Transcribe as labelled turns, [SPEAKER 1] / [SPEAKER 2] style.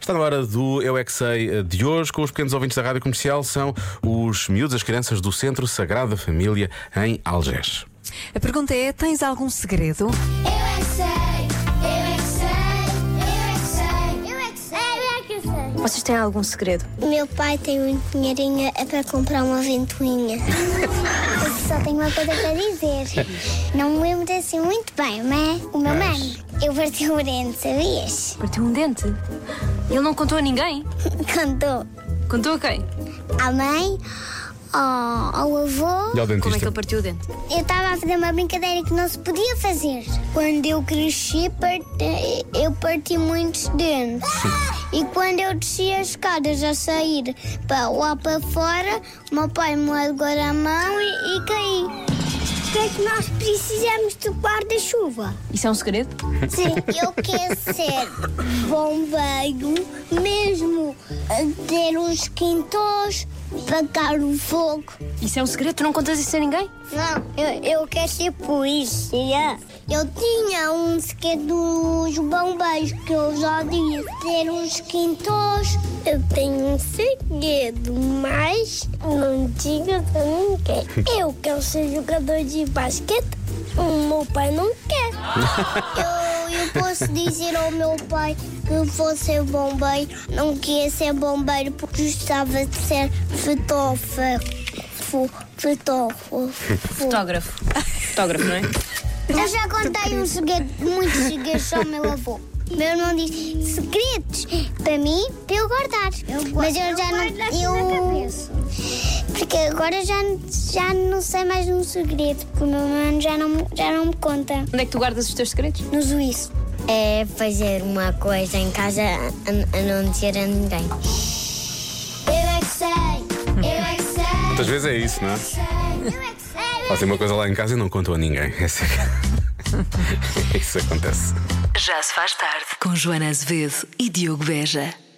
[SPEAKER 1] Está na hora do Eu É Que Sei de hoje, com os pequenos ouvintes da rádio comercial, são os miúdos, as crianças do Centro Sagrada Família em Algés.
[SPEAKER 2] A pergunta é: tens algum segredo?
[SPEAKER 3] Eu é que sei, eu é que sei, eu é que sei, eu é que sei, eu é que sei, eu é
[SPEAKER 4] Vocês têm algum segredo?
[SPEAKER 3] que sei. Meu pai tem muito dinheirinho é para comprar uma ventoinha. Só tenho uma coisa para dizer. Não me lembro assim muito bem, mas o meu
[SPEAKER 1] Mas?
[SPEAKER 3] mano, eu parti o dente, sabias?
[SPEAKER 4] Partiu um dente. Ele não contou a ninguém?
[SPEAKER 3] Contou
[SPEAKER 4] Contou a quem?
[SPEAKER 3] à mãe, ao, ao avô.
[SPEAKER 1] E ao
[SPEAKER 4] Como é que
[SPEAKER 1] dentista.
[SPEAKER 4] ele partiu o dente?
[SPEAKER 3] Eu estava a fazer uma brincadeira que não se podia fazer. Quando eu cresci, parte- eu parti muitos dentes. E quando eu desci as escadas a sair para lá para fora, o meu pai me largou a mão e, e caí. O que é que nós precisamos do guarda-chuva?
[SPEAKER 4] Isso é um segredo?
[SPEAKER 3] Sim, eu quero ser bombeiro, mesmo a ter uns quintos, pagar o fogo.
[SPEAKER 4] Isso é um segredo? Tu não contas isso a ninguém?
[SPEAKER 3] Não, eu, eu quero ser polícia. Eu tinha um segredo dos bombeiros que eu já disse ter uns quintos. Eu tenho um segredo, mas não digas a ninguém. Eu quero ser jogador de basquete, o meu pai não quer. eu, eu posso dizer ao meu pai que vou ser bombeiro, não queria ser bombeiro porque gostava de ser fotógrafo. Fotógrafo.
[SPEAKER 4] Fotógrafo. Fotógrafo, não é?
[SPEAKER 3] Eu já contei um segredo, muitos segredos ao meu avô. Meu irmão diz segredos para mim, para eu guardar. Mas eu assim já não. Eu... Porque agora já, já não sei mais um segredo, porque o meu mano já não, já não me conta.
[SPEAKER 4] Onde é que tu guardas os teus segredos?
[SPEAKER 3] No juízo. É fazer uma coisa em casa a, não dizer a ninguém. Eu é que sei, eu é que sei.
[SPEAKER 1] Muitas vezes é isso, não é?
[SPEAKER 3] Eu é que sei.
[SPEAKER 1] Fazem uma coisa lá em casa e não contam a ninguém. Essa é que- é Isso acontece.
[SPEAKER 5] Já se faz tarde. Com Joana Azevedo e Diogo Beja.